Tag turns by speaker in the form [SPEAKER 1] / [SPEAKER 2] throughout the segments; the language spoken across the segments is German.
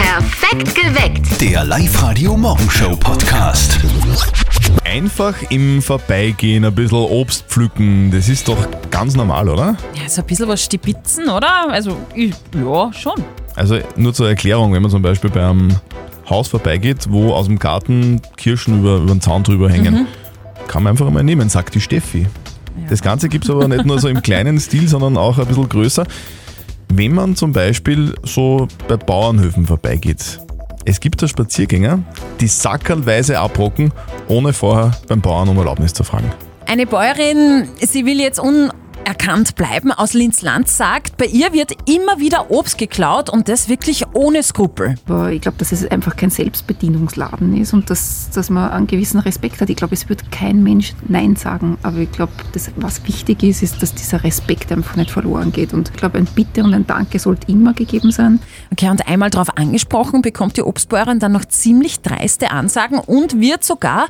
[SPEAKER 1] Perfekt geweckt.
[SPEAKER 2] Der Live-Radio Morgenshow Podcast.
[SPEAKER 3] Einfach im Vorbeigehen ein bisschen Obst pflücken, das ist doch ganz normal, oder?
[SPEAKER 4] Ja, so ein bisschen was stibitzen, oder? Also, ich, ja, schon.
[SPEAKER 3] Also nur zur Erklärung, wenn man zum Beispiel bei einem Haus vorbeigeht, wo aus dem Garten Kirschen über, über den Zaun drüber hängen, kann man einfach mal nehmen, sagt die Steffi. Das Ganze gibt es aber nicht nur so im kleinen Stil, sondern auch ein bisschen größer. Wenn man zum Beispiel so bei Bauernhöfen vorbeigeht, es gibt da Spaziergänger, die sackerlweise abrocken, ohne vorher beim Bauern um Erlaubnis zu fragen.
[SPEAKER 4] Eine Bäuerin, sie will jetzt unerkannt bleiben, aus Linzland sagt, bei ihr wird immer wieder Obst geklaut und das wirklich ohne Skrupel.
[SPEAKER 5] Aber ich glaube, dass es einfach kein Selbstbedienungsladen ist und dass, dass man einen gewissen Respekt hat. Ich glaube, es wird kein Mensch Nein sagen. Aber ich glaube, das, was wichtig ist, ist, dass dieser Respekt einfach nicht verloren geht. Und ich glaube, ein Bitte und ein Danke sollte immer gegeben sein.
[SPEAKER 4] Okay, und einmal darauf angesprochen, bekommt die Obstbäuerin dann noch ziemlich dreiste Ansagen und wird sogar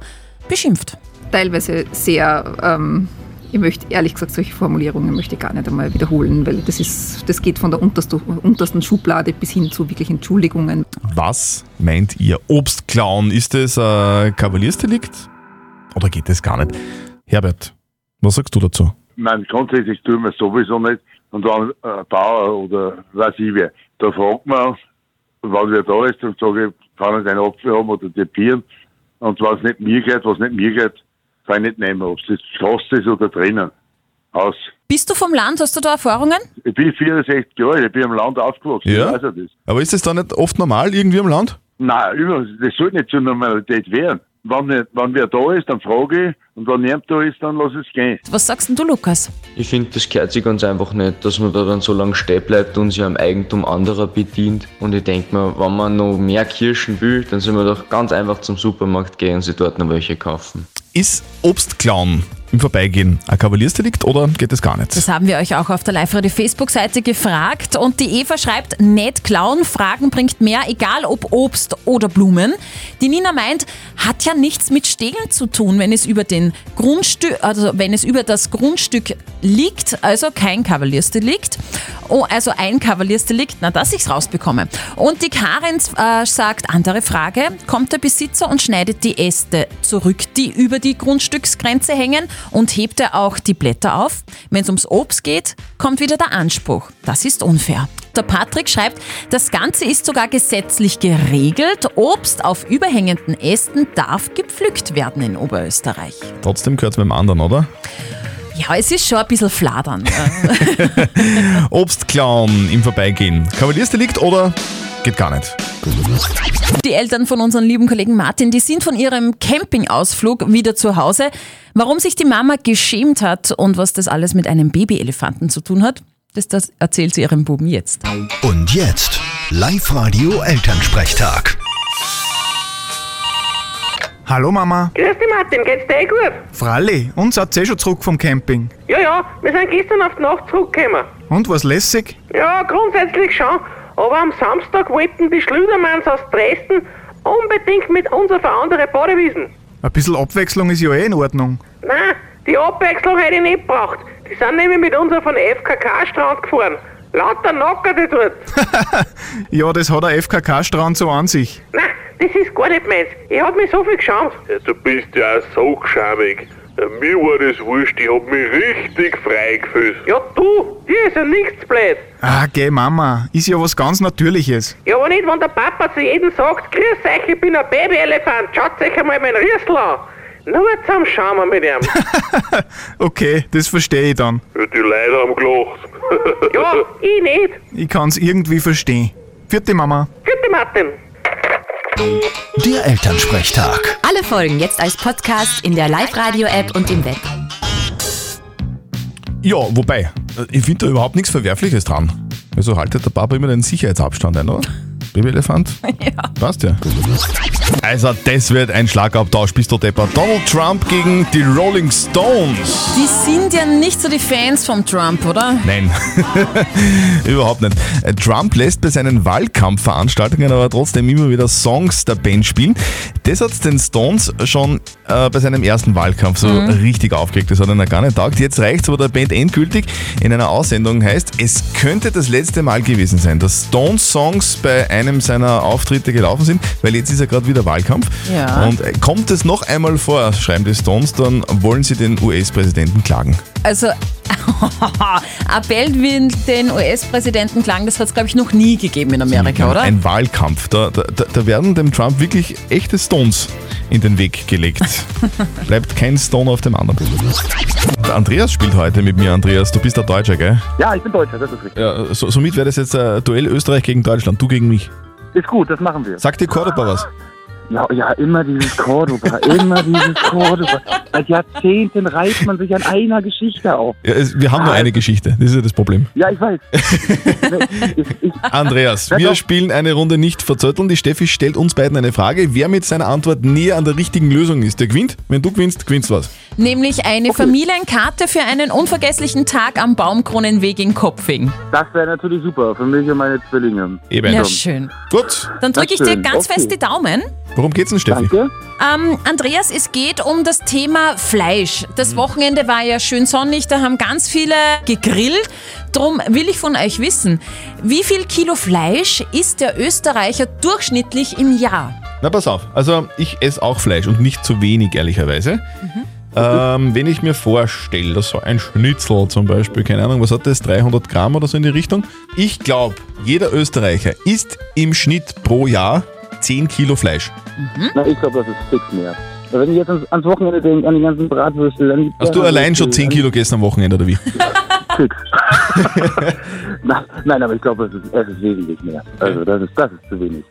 [SPEAKER 4] beschimpft.
[SPEAKER 5] Teilweise sehr, ähm, ich möchte ehrlich gesagt, solche Formulierungen möchte ich gar nicht einmal wiederholen, weil das, ist, das geht von der untersten, untersten Schublade bis hin zu wirklich Entschuldigungen.
[SPEAKER 3] Was meint ihr? Obstklauen, ist das ein Kavaliersdelikt? Oder geht das gar nicht? Herbert, was sagst du dazu?
[SPEAKER 6] Nein, grundsätzlich tun wir es sowieso nicht. Und dann äh, Bauer oder weiß ich wer, da fragt man, wann wer da ist und sage, ich, kann ich einen Apfel haben oder depieren. Und was nicht mir geht, was nicht mir geht, kann ich nicht nehmen, ob es das Schoss ist oder drinnen. Aus.
[SPEAKER 4] Bist du vom Land? Hast du da Erfahrungen?
[SPEAKER 6] Ich bin 64 Jahre, alt, ich bin im Land aufgewachsen,
[SPEAKER 3] Ja.
[SPEAKER 6] ich weiß ja das.
[SPEAKER 3] Aber ist das da nicht oft normal irgendwie im Land?
[SPEAKER 6] Nein, übrigens, das sollte nicht zur Normalität werden. Wenn, nicht, wenn wer da ist, dann frage ich, und wenn niemand da ist, dann lass es gehen.
[SPEAKER 4] Was sagst denn du, Lukas?
[SPEAKER 7] Ich finde, das gehört sich ganz einfach nicht, dass man da dann so lange stehen bleibt und sich am Eigentum anderer bedient. Und ich denke mir, wenn man noch mehr Kirschen will, dann soll man doch ganz einfach zum Supermarkt gehen und sich dort noch welche kaufen.
[SPEAKER 3] Ist Obstklauen im Vorbeigehen ein Kavaliersdelikt oder geht das gar nicht?
[SPEAKER 4] Das haben wir euch auch auf der Live-Radio Facebook-Seite gefragt. Und die Eva schreibt, nett klauen, Fragen bringt mehr, egal ob Obst oder Blumen. Die Nina meint, hat ja nichts mit Stegeln zu tun, wenn es über den Grundstück, also wenn es über das Grundstück liegt, also kein Kavaliersdelikt. Oh, also ein Kavaliersdelikt, na, dass ich's rausbekomme. Und die Karin äh, sagt, andere Frage, kommt der Besitzer und schneidet die Äste zurück, die über die Grundstücksgrenze hängen und hebt er auch die Blätter auf? Wenn es ums Obst geht, kommt wieder der Anspruch. Das ist unfair. Der Patrick schreibt, das Ganze ist sogar gesetzlich geregelt. Obst auf überhängenden Ästen darf gepflückt werden in Oberösterreich.
[SPEAKER 3] Trotzdem gehört es beim anderen, oder?
[SPEAKER 4] Ja, es ist schon ein bisschen fladern. äh,
[SPEAKER 3] Obstklauen im Vorbeigehen. Kavaliersdelikt oder geht gar nicht?
[SPEAKER 4] Die Eltern von unserem lieben Kollegen Martin, die sind von ihrem Campingausflug wieder zu Hause. Warum sich die Mama geschämt hat und was das alles mit einem Babyelefanten zu tun hat, das, das erzählt sie ihrem Buben jetzt.
[SPEAKER 2] Und jetzt Live-Radio Elternsprechtag.
[SPEAKER 8] Hallo Mama.
[SPEAKER 9] Grüß dich Martin, geht's dir eh gut?
[SPEAKER 8] Fralli, uns hat's eh schon zurück vom Camping.
[SPEAKER 9] Ja, ja, wir sind gestern auf die Nacht zurückgekommen.
[SPEAKER 8] Und was lässig?
[SPEAKER 9] Ja, grundsätzlich schon, aber am Samstag wollten die Schlüdermanns aus Dresden unbedingt mit uns auf eine andere Badewiesen.
[SPEAKER 8] Ein bisschen Abwechslung ist ja eh in Ordnung.
[SPEAKER 9] Nein, die Abwechslung hätte ich nicht braucht. Die sind nämlich mit uns auf einen FKK-Strand gefahren. Lauter Nackerte dort.
[SPEAKER 8] Ja, das hat der FKK-Strand so an sich.
[SPEAKER 9] Nein, das ist gar nicht meins. Ich hab mich so viel geschämt.
[SPEAKER 10] Du bist ja so geschämig. Mir war das wurscht, ich hab mich richtig frei gefühlt.
[SPEAKER 9] Ja, du, dir ist ja nichts blöd.
[SPEAKER 8] Ah, geh Mama, ist ja was ganz Natürliches.
[SPEAKER 9] Ja, aber nicht, wenn der Papa zu jedem sagt, grüß euch, ich bin ein Babyelefant, schaut euch einmal meinen Rüssel an. Nur zum Schauen mit ihm.
[SPEAKER 8] Okay, das verstehe ich dann.
[SPEAKER 10] Die Leute haben gelacht.
[SPEAKER 9] ja, ich nicht.
[SPEAKER 8] Ich kann's irgendwie verstehen. Vierte Mama.
[SPEAKER 9] Gute Martin.
[SPEAKER 2] Der Elternsprechtag.
[SPEAKER 1] Alle Folgen jetzt als Podcast in der Live-Radio-App und im Web.
[SPEAKER 3] Ja, wobei, äh, ich finde da überhaupt nichts Verwerfliches dran. Also haltet der Papa immer den Sicherheitsabstand ein, oder? Babyelefant? Ja. Passt ja. Also, das wird ein Schlagabtausch, bist du depper. Donald Trump gegen die Rolling Stones.
[SPEAKER 4] Die sind ja nicht so die Fans vom Trump, oder?
[SPEAKER 3] Nein, überhaupt nicht. Äh, Trump lässt bei seinen Wahlkampfveranstaltungen aber trotzdem immer wieder Songs der Band spielen. Das hat den Stones schon äh, bei seinem ersten Wahlkampf so richtig aufgeregt. Das hat ihnen gar nicht taugt. Jetzt reicht es aber der Band endgültig. In einer Aussendung heißt, es könnte das letzte Mal gewesen sein, dass Stones Songs bei einem seiner Auftritte gelaufen sind, weil jetzt ist ja gerade wieder Wahlkampf.
[SPEAKER 4] Ja.
[SPEAKER 3] Und äh, kommt es noch einmal vor, schreiben die Stones, dann wollen sie den US-Präsidenten klagen.
[SPEAKER 4] Also, Appell wie den US-Präsidenten klang, das hat es, glaube ich, noch nie gegeben in Amerika, oder?
[SPEAKER 3] Ein Wahlkampf. Da, da, da da werden dem Trump wirklich echte Stones in den Weg gelegt. Bleibt kein Stone auf dem anderen. Der Andreas spielt heute mit mir, Andreas. Du bist der Deutsche, gell?
[SPEAKER 11] Ja, ich bin Deutscher, das ist richtig.
[SPEAKER 3] Ja, so, somit wäre das jetzt ein Duell Österreich gegen Deutschland. Du gegen mich.
[SPEAKER 11] Ist gut, das machen wir.
[SPEAKER 3] Sagt dir Cordoba was?
[SPEAKER 11] Ja, ja, immer dieses Cordoba, immer dieses Cordoba. Seit Jahrzehnten reibt man sich an einer Geschichte auf.
[SPEAKER 3] Ja, es, wir haben nur eine Geschichte. Das ist ja das Problem.
[SPEAKER 11] Ja, ich weiß. ich, ich,
[SPEAKER 3] Andreas,
[SPEAKER 11] Ja,
[SPEAKER 3] wir
[SPEAKER 11] doch.
[SPEAKER 3] spielen eine Runde nicht verzötteln. Die Steffi stellt uns beiden eine Frage. Wer mit seiner Antwort näher an der richtigen Lösung ist, der gewinnt. Wenn du gewinnst, gewinnst was.
[SPEAKER 4] Nämlich eine Familienkarte für einen unvergesslichen Tag am Baumkronenweg in Kopfing.
[SPEAKER 11] das wäre natürlich super für mich und meine Zwillinge.
[SPEAKER 3] Eben.
[SPEAKER 4] Ja, schön.
[SPEAKER 3] Gut.
[SPEAKER 4] Dann drücke ich dir
[SPEAKER 11] schön.
[SPEAKER 4] ganz
[SPEAKER 11] Okay.
[SPEAKER 4] fest die Daumen.
[SPEAKER 3] Worum geht's denn, Steffi?
[SPEAKER 11] Danke.
[SPEAKER 4] Ähm, Andreas, es geht um das Thema Fleisch.
[SPEAKER 3] Mhm.
[SPEAKER 4] Das Wochenende war ja schön sonnig, da haben ganz viele gegrillt. Drum will ich von euch wissen, wie viel Kilo Fleisch isst der Österreicher durchschnittlich im Jahr?
[SPEAKER 3] Na, pass auf. Also, ich esse auch Fleisch und nicht zu wenig, ehrlicherweise. Ähm, wenn ich mir vorstelle, dass so ein Schnitzel zum Beispiel, keine Ahnung, was hat das, 300 Gramm oder so in die Richtung. Ich glaube, jeder Österreicher isst im Schnitt pro Jahr 10 Kilo Fleisch.
[SPEAKER 11] Na, ich glaube, das ist fix mehr. Wenn ich jetzt ans, ans Wochenende denke, an die ganzen Bratwürstel, dann die
[SPEAKER 3] Hast du allein schon 10
[SPEAKER 11] an-
[SPEAKER 3] Kilo gegessen am Wochenende oder wie?
[SPEAKER 11] Fix. nein, nein, aber ich glaube, es ist, es ist wesentlich mehr. Also, das ist, das ist zu wenig.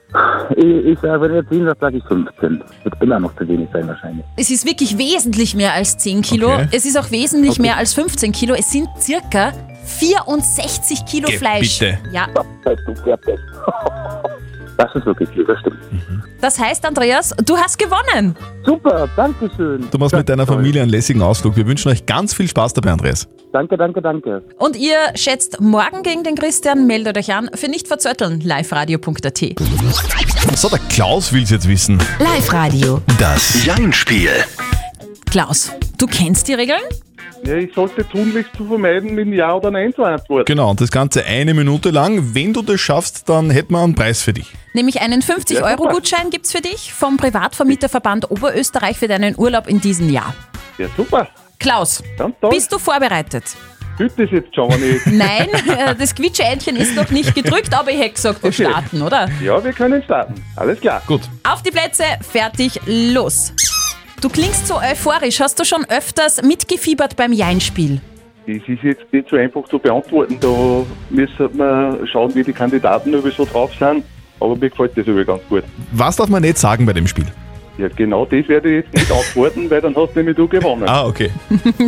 [SPEAKER 11] Ich, ich sage, wenn ihr jetzt 10 sagt, sage ich 15. Wird immer noch zu wenig sein, wahrscheinlich.
[SPEAKER 4] Es ist wirklich wesentlich mehr als 10 Kilo.
[SPEAKER 3] Okay.
[SPEAKER 4] Es ist auch wesentlich mehr als 15 Kilo. Es sind circa 64 Kilo
[SPEAKER 3] Geh,
[SPEAKER 4] Fleisch.
[SPEAKER 3] bitte.
[SPEAKER 4] Ja,
[SPEAKER 11] Das ist gut, ja, das- Das ist wirklich viel, das stimmt.
[SPEAKER 4] das heißt, Andreas, du hast gewonnen.
[SPEAKER 11] Super, danke schön.
[SPEAKER 3] Du machst mit deiner Familie einen lässigen Ausflug. Wir wünschen euch ganz viel Spaß dabei, Andreas.
[SPEAKER 11] Danke, danke, danke.
[SPEAKER 4] Und ihr schätzt morgen gegen den Christian, meldet euch an für nicht verzötteln, liveradio.at.
[SPEAKER 3] So, der Klaus will's jetzt wissen.
[SPEAKER 1] Live-Radio.
[SPEAKER 2] Das Jein-Spiel.
[SPEAKER 4] Klaus, du kennst die Regeln?
[SPEAKER 10] Ja, ich sollte tunlichst zu vermeiden, mit einem Ja oder Nein zu antworten.
[SPEAKER 3] Genau, und das Ganze eine Minute lang. Wenn du das schaffst, dann hätten wir einen Preis für dich.
[SPEAKER 4] Nämlich einen 50-Euro-Gutschein gibt's für dich vom Privatvermieterverband Oberösterreich für deinen Urlaub in diesem Jahr.
[SPEAKER 10] Ja, super.
[SPEAKER 4] Klaus,
[SPEAKER 10] Ganz toll.
[SPEAKER 4] bist du vorbereitet?
[SPEAKER 10] Hüt das jetzt schon, wenn ich.
[SPEAKER 4] Nein, äh, das Quietscheentchen ist noch nicht gedrückt, aber ich hätte gesagt, wir starten, oder?
[SPEAKER 10] Ja, wir können starten. Alles klar.
[SPEAKER 3] Gut.
[SPEAKER 4] Auf die Plätze, fertig, los. Du klingst so euphorisch. Hast du schon öfters mitgefiebert beim Jeinspiel?
[SPEAKER 10] Das ist jetzt nicht so einfach zu beantworten. Da müsste man schauen, wie die Kandidaten irgendwie so drauf sind. Aber mir gefällt das irgendwie ganz gut.
[SPEAKER 3] Was darf man nicht sagen bei dem Spiel?
[SPEAKER 10] Ja, genau das werde ich jetzt nicht antworten, weil dann hast nämlich du gewonnen.
[SPEAKER 3] Ah, okay.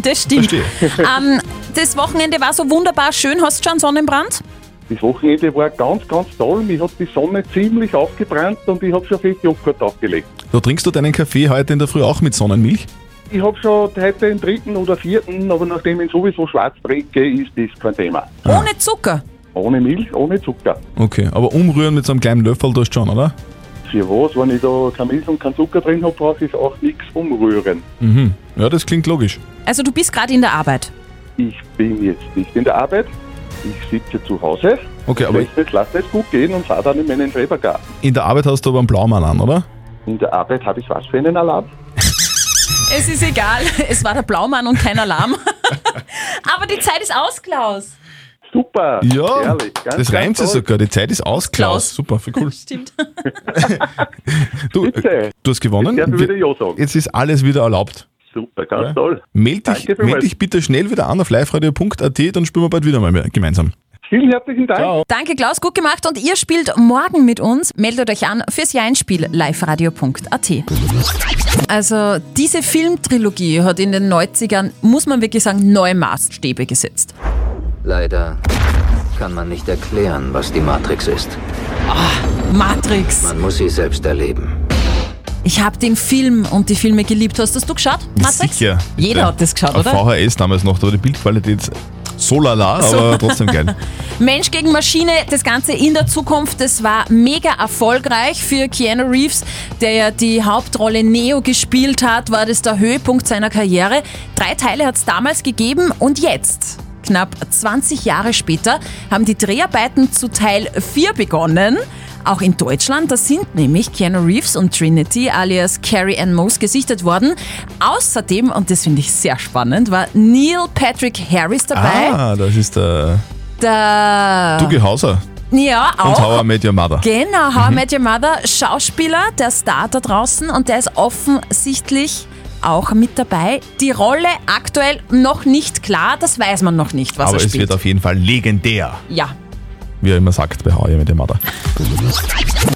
[SPEAKER 4] Das stimmt.
[SPEAKER 3] Verstehe.
[SPEAKER 4] Ähm, das Wochenende war so wunderbar schön. Hast du schon Sonnenbrand?
[SPEAKER 10] Das Wochenende war ganz, ganz toll. Mich hat die Sonne ziemlich aufgebrannt und ich habe schon viel Joghurt aufgelegt.
[SPEAKER 3] So trinkst du deinen Kaffee heute in der Früh auch mit Sonnenmilch?
[SPEAKER 10] Ich habe schon heute den dritten oder vierten, aber nachdem ich sowieso schwarz trinke, ist das kein Thema.
[SPEAKER 4] Ohne Zucker.
[SPEAKER 10] Ohne Milch, ohne Zucker.
[SPEAKER 3] Okay, aber umrühren mit so einem kleinen Löffel tust du schon, oder?
[SPEAKER 10] Für was, wenn ich da keine Milch und keinen Zucker drin habe, brauche ich auch nichts umrühren.
[SPEAKER 3] Mhm. Ja, das klingt logisch.
[SPEAKER 4] Also du bist gerade in der Arbeit.
[SPEAKER 10] Ich bin jetzt nicht in der Arbeit. Ich sitze zu Hause.
[SPEAKER 3] Okay, aber
[SPEAKER 10] Aber ich lasse es gut gehen und fahre dann in meinen Schrebergarten.
[SPEAKER 3] in der Arbeit hast du aber einen Blaumann an, oder?
[SPEAKER 10] In der Arbeit habe ich was für einen Alarm.
[SPEAKER 4] Es ist egal. Es war der Blaumann und kein Alarm. Aber die Zeit ist aus, Klaus.
[SPEAKER 10] Super.
[SPEAKER 3] Ja,
[SPEAKER 10] Herrlich, ganz,
[SPEAKER 3] das
[SPEAKER 10] ganz
[SPEAKER 3] reimt sich
[SPEAKER 10] toll.
[SPEAKER 3] sogar. Die Zeit ist aus, Klaus.
[SPEAKER 4] Klaus.
[SPEAKER 3] Super, voll cool.
[SPEAKER 4] Stimmt.
[SPEAKER 3] Du, äh,
[SPEAKER 10] Bitte.
[SPEAKER 3] du hast gewonnen.
[SPEAKER 10] Jetzt darf ich
[SPEAKER 3] Wir-
[SPEAKER 10] wieder Ja sagen.
[SPEAKER 3] Jetzt ist alles wieder erlaubt.
[SPEAKER 10] Super, ganz
[SPEAKER 3] Ja.
[SPEAKER 10] toll.
[SPEAKER 3] Meld dich,
[SPEAKER 10] Danke vielmals.
[SPEAKER 3] meld dich bitte schnell wieder an auf liveradio.at, dann spielen wir bald wieder mal mehr gemeinsam.
[SPEAKER 10] Vielen herzlichen Dank.
[SPEAKER 4] Danke, Klaus. Gut gemacht. Und ihr spielt morgen mit uns. Meldet euch an fürs Jeinspiel liveradio.at. Also, diese Filmtrilogie hat in den 90ern, muss man wirklich sagen, neue Maßstäbe gesetzt.
[SPEAKER 12] Leider kann man nicht erklären, was die Matrix ist.
[SPEAKER 4] Matrix.
[SPEAKER 12] Man muss sie selbst erleben.
[SPEAKER 4] Ich habe den Film und die Filme geliebt. Hast das du geschaut, Matrix?
[SPEAKER 3] Sicher.
[SPEAKER 4] Jeder
[SPEAKER 3] Ja.
[SPEAKER 4] hat das geschaut,
[SPEAKER 3] Auf
[SPEAKER 4] oder?
[SPEAKER 3] VHS damals noch, da war die Bildqualität so lala,
[SPEAKER 4] So.
[SPEAKER 3] aber trotzdem geil.
[SPEAKER 4] Mensch gegen Maschine, das Ganze in der Zukunft, das war mega erfolgreich für Keanu Reeves, der ja die Hauptrolle Neo gespielt hat, war das der Höhepunkt seiner Karriere. Drei Teile hat es damals gegeben und jetzt, knapp 20 Jahre später, haben die Dreharbeiten zu Teil 4 begonnen. Auch in Deutschland, da sind nämlich Keanu Reeves und Trinity alias Carrie Ann Moss gesichtet worden. Außerdem, und das finde ich sehr spannend, war Neil Patrick Harris dabei.
[SPEAKER 3] Ah, das ist der
[SPEAKER 4] Der
[SPEAKER 3] Dougie Hauser
[SPEAKER 4] ja,
[SPEAKER 3] und Mhm. How I
[SPEAKER 4] Ah. auch.
[SPEAKER 3] Met Your Mother.
[SPEAKER 4] Genau, How I Met Your Mother, Schauspieler, der Star da draußen und der ist offensichtlich auch mit dabei. Die Rolle aktuell noch nicht klar, das weiß man noch nicht, was
[SPEAKER 3] aber
[SPEAKER 4] er
[SPEAKER 3] es
[SPEAKER 4] spielt.
[SPEAKER 3] wird auf jeden Fall legendär,
[SPEAKER 4] ja,
[SPEAKER 3] wie er immer sagt bei How I Met Your Mother.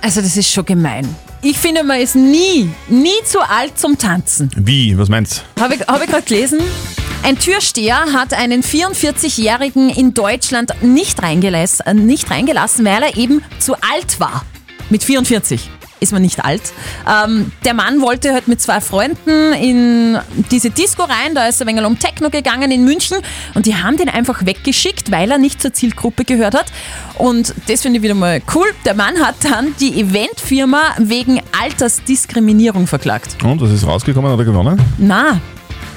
[SPEAKER 4] also das ist schon gemein. Ich finde, man ist nie, nie zu alt zum Tanzen.
[SPEAKER 3] Wie? Was meinst
[SPEAKER 4] Habe ich, hab ich gerade gelesen? Ein Türsteher hat einen 44-Jährigen in Deutschland nicht, reingelass, äh, nicht reingelassen, weil er eben zu alt war. Mit 44 ist man nicht alt. Ähm, der Mann wollte halt mit zwei Freunden in diese Disco rein, da ist er ein wenig um Techno gegangen in München und die haben den einfach weggeschickt, weil er nicht zur Zielgruppe gehört hat. Und das finde ich wieder mal cool. Der Mann hat dann die Eventfirma wegen Altersdiskriminierung verklagt.
[SPEAKER 3] du? Und was ist rausgekommen? Hat er gewonnen?
[SPEAKER 4] Na,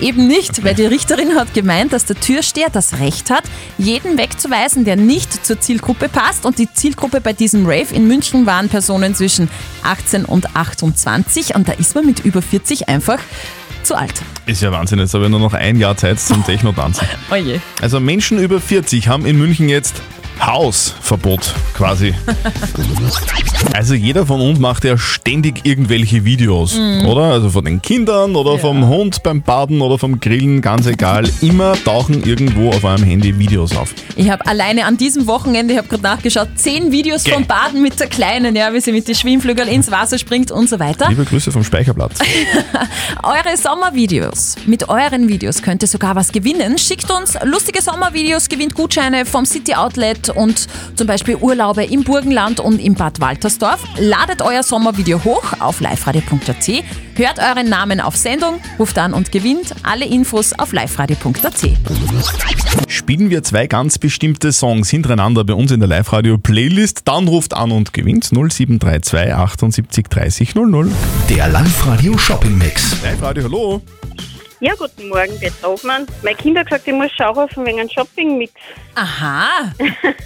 [SPEAKER 4] eben nicht, weil die Richterin hat gemeint, dass der Türsteher das Recht hat, jeden wegzuweisen, der nicht zur Zielgruppe passt. Und die Zielgruppe bei diesem Rave in München waren Personen zwischen 18 und 28. Und da ist man mit über 40 einfach zu alt.
[SPEAKER 3] Ist ja Wahnsinn, jetzt habe ich nur noch ein Jahr Zeit zum Techno-Tanzen.
[SPEAKER 4] Oje.
[SPEAKER 3] Also Menschen über 40 haben in München jetzt Hausverbot quasi. Also jeder von uns macht ja ständig irgendwelche Videos,
[SPEAKER 13] Mhm.
[SPEAKER 3] oder? Also von den Kindern oder vom Hund beim Baden oder vom Grillen, ganz egal. Immer tauchen irgendwo auf eurem Handy Videos auf.
[SPEAKER 4] Ich habe alleine an diesem Wochenende, ich habe gerade nachgeschaut, zehn Videos
[SPEAKER 3] Gell.
[SPEAKER 4] vom Baden mit der Kleinen, ja, wie sie mit den Schwimmflügeln ins Wasser springt und so weiter.
[SPEAKER 3] Liebe Grüße vom Speicherplatz.
[SPEAKER 4] Eure Sommervideos. Mit euren Videos könnt ihr sogar was gewinnen. Schickt uns lustige Sommervideos, gewinnt Gutscheine vom City Outlet und zum Beispiel Urlaube im Burgenland und im Bad Waltersdorf. Ladet euer Sommervideo hoch auf liveradio.at, hört euren Namen auf Sendung, ruft an und gewinnt. Alle Infos auf liveradio.at.
[SPEAKER 3] Spielen wir zwei ganz bestimmte Songs hintereinander bei uns in der Live-Radio-Playlist, dann ruft an und gewinnt 0732 78 30 00. Der Live-Radio-Shopping-Mix. Live-Radio, hallo.
[SPEAKER 14] Ja, guten Morgen, Petra Hofmann. Mein Kind hat gesagt, ich muss Schauhaufen wegen einem Shopping-Mix.
[SPEAKER 4] Aha.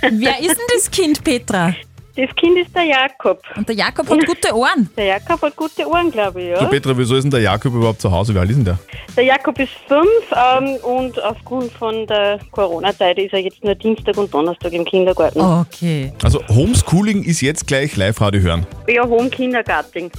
[SPEAKER 4] Wer ist denn das Kind, Petra?
[SPEAKER 14] Das Kind ist der Jakob.
[SPEAKER 4] Und der Jakob hat gute Ohren.
[SPEAKER 14] Der Jakob hat gute Ohren, glaube ich,
[SPEAKER 3] Du
[SPEAKER 14] ja.
[SPEAKER 3] Petra, wieso ist denn der Jakob überhaupt zu Hause? Wie alt ist denn der?
[SPEAKER 14] Der Jakob ist fünf ähm, und aufgrund von der Corona-Zeit ist er jetzt nur Dienstag und Donnerstag im Kindergarten.
[SPEAKER 4] Okay.
[SPEAKER 3] Also Homeschooling ist jetzt gleich Live-Radio hören.
[SPEAKER 14] Ja, Home-Kindergarten.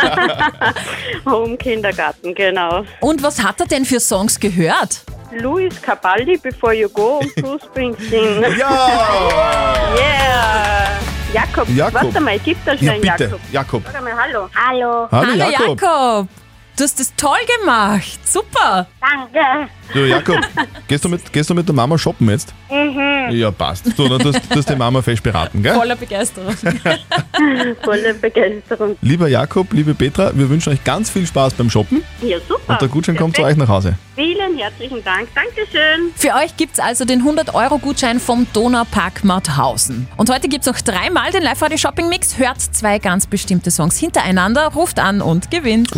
[SPEAKER 14] Home-Kindergarten, genau.
[SPEAKER 4] Und was hat er denn für Songs gehört?
[SPEAKER 14] Luis Cabaldi, Before You Go und Bruce Springsteen.
[SPEAKER 3] Ja!
[SPEAKER 14] yeah! Jakob,
[SPEAKER 3] Jakob.
[SPEAKER 14] warte mal, gibt da schon
[SPEAKER 3] Ja,
[SPEAKER 14] einen
[SPEAKER 3] bitte.
[SPEAKER 14] Jakob?
[SPEAKER 3] Jakob.
[SPEAKER 14] Sag mal Hallo. Hallo.
[SPEAKER 3] Hallo, Jakob.
[SPEAKER 4] Du hast das toll gemacht. Super.
[SPEAKER 14] Danke.
[SPEAKER 3] Du Jakob, gehst, du mit, gehst du mit der Mama shoppen jetzt?
[SPEAKER 14] Mhm.
[SPEAKER 3] Ja, passt. So, dann tust du die Mama fest beraten, gell?
[SPEAKER 4] Voller Begeisterung.
[SPEAKER 14] Voller Begeisterung.
[SPEAKER 3] Lieber Jakob, liebe Petra, wir wünschen euch ganz viel Spaß beim Shoppen
[SPEAKER 14] Ja, super.
[SPEAKER 3] und der Gutschein kommt zu euch
[SPEAKER 14] Perfekt.
[SPEAKER 3] nach Hause.
[SPEAKER 14] Vielen herzlichen Dank. Dankeschön.
[SPEAKER 4] Für euch gibt es also den 100-Euro-Gutschein vom Donaupark Mauthausen. Und heute gibt es noch dreimal den Live-Radio-Shopping-Mix. Hört zwei ganz bestimmte Songs hintereinander, ruft an und gewinnt.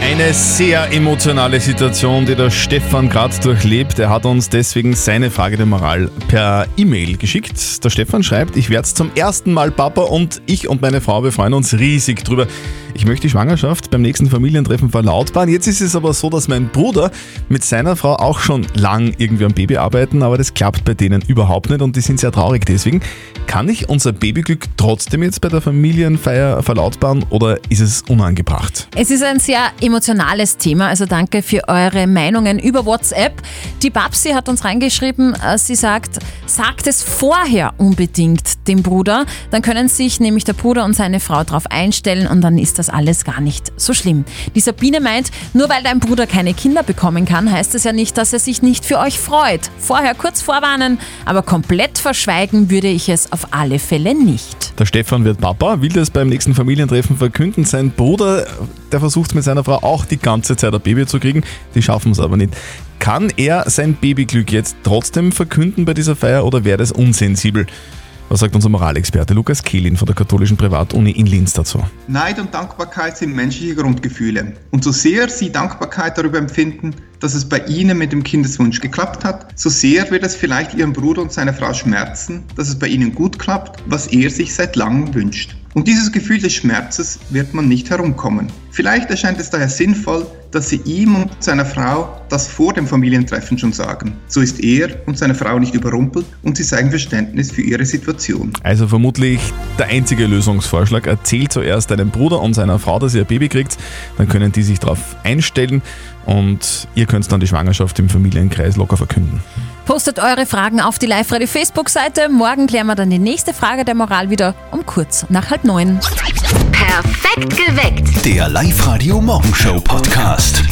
[SPEAKER 3] Eine sehr emotionale Situation, die der Stefan gerade durchlebt. Er hat uns deswegen seine Frage der Moral per E-Mail geschickt. Der Stefan schreibt, ich werde zum ersten Mal Papa und ich und meine Frau, wir freuen uns riesig drüber. Ich möchte die Schwangerschaft beim nächsten Familientreffen verlautbaren. Jetzt ist es aber so, dass mein Bruder mit seiner Frau auch schon lang irgendwie am Baby arbeiten, aber das klappt bei denen überhaupt nicht und die sind sehr traurig deswegen. Kann ich unser Babyglück trotzdem jetzt bei der Familienfeier verlautbaren oder ist es unangebracht?
[SPEAKER 4] Es ist ein sehr emotionales Thema, also danke für eure Meinungen über über WhatsApp. Die Babsi hat uns reingeschrieben, äh, sie sagt, sagt es vorher unbedingt dem Bruder, dann können sich nämlich der Bruder und seine Frau darauf einstellen und dann ist das alles gar nicht so schlimm. Die Sabine meint, nur weil dein Bruder keine Kinder bekommen kann, heißt es ja nicht, dass er sich nicht für euch freut. Vorher kurz vorwarnen, aber komplett verschweigen würde ich es auf alle Fälle nicht.
[SPEAKER 3] Der Stefan wird Papa, will das beim nächsten Familientreffen verkünden. Sein Bruder, der versucht mit seiner Frau auch die ganze Zeit ein Baby zu kriegen, die schaffen es aber nicht. Kann er sein Babyglück jetzt trotzdem verkünden bei dieser Feier oder wäre das unsensibel? Was sagt unser Moralexperte Lukas Kehlin von der katholischen Privatuni in Linz dazu?
[SPEAKER 10] Neid und Dankbarkeit sind menschliche Grundgefühle. Und so sehr Sie Dankbarkeit darüber empfinden, dass es bei Ihnen mit dem Kindeswunsch geklappt hat, so sehr wird es vielleicht Ihren Bruder und seine Frau schmerzen, dass es bei Ihnen gut klappt, was er sich seit langem wünscht. Um dieses Gefühl des Schmerzes wird man nicht herumkommen. Vielleicht erscheint es daher sinnvoll, dass Sie ihm und seiner Frau das vor dem Familientreffen schon sagen. So ist er und seine Frau nicht überrumpelt und sie zeigen Verständnis für ihre Situation.
[SPEAKER 3] Also vermutlich der einzige Lösungsvorschlag. Erzähl zuerst deinem Bruder und seiner Frau, dass ihr ein Baby kriegt. Dann können die sich darauf einstellen und ihr könnt dann die Schwangerschaft im Familienkreis locker verkünden.
[SPEAKER 4] Postet eure Fragen auf die Live-Radio-Facebook-Seite. Morgen klären wir dann die nächste Frage der Moral wieder um kurz nach halb neun.
[SPEAKER 1] Perfekt geweckt.
[SPEAKER 2] Der Live-Radio Morgenshow Podcast.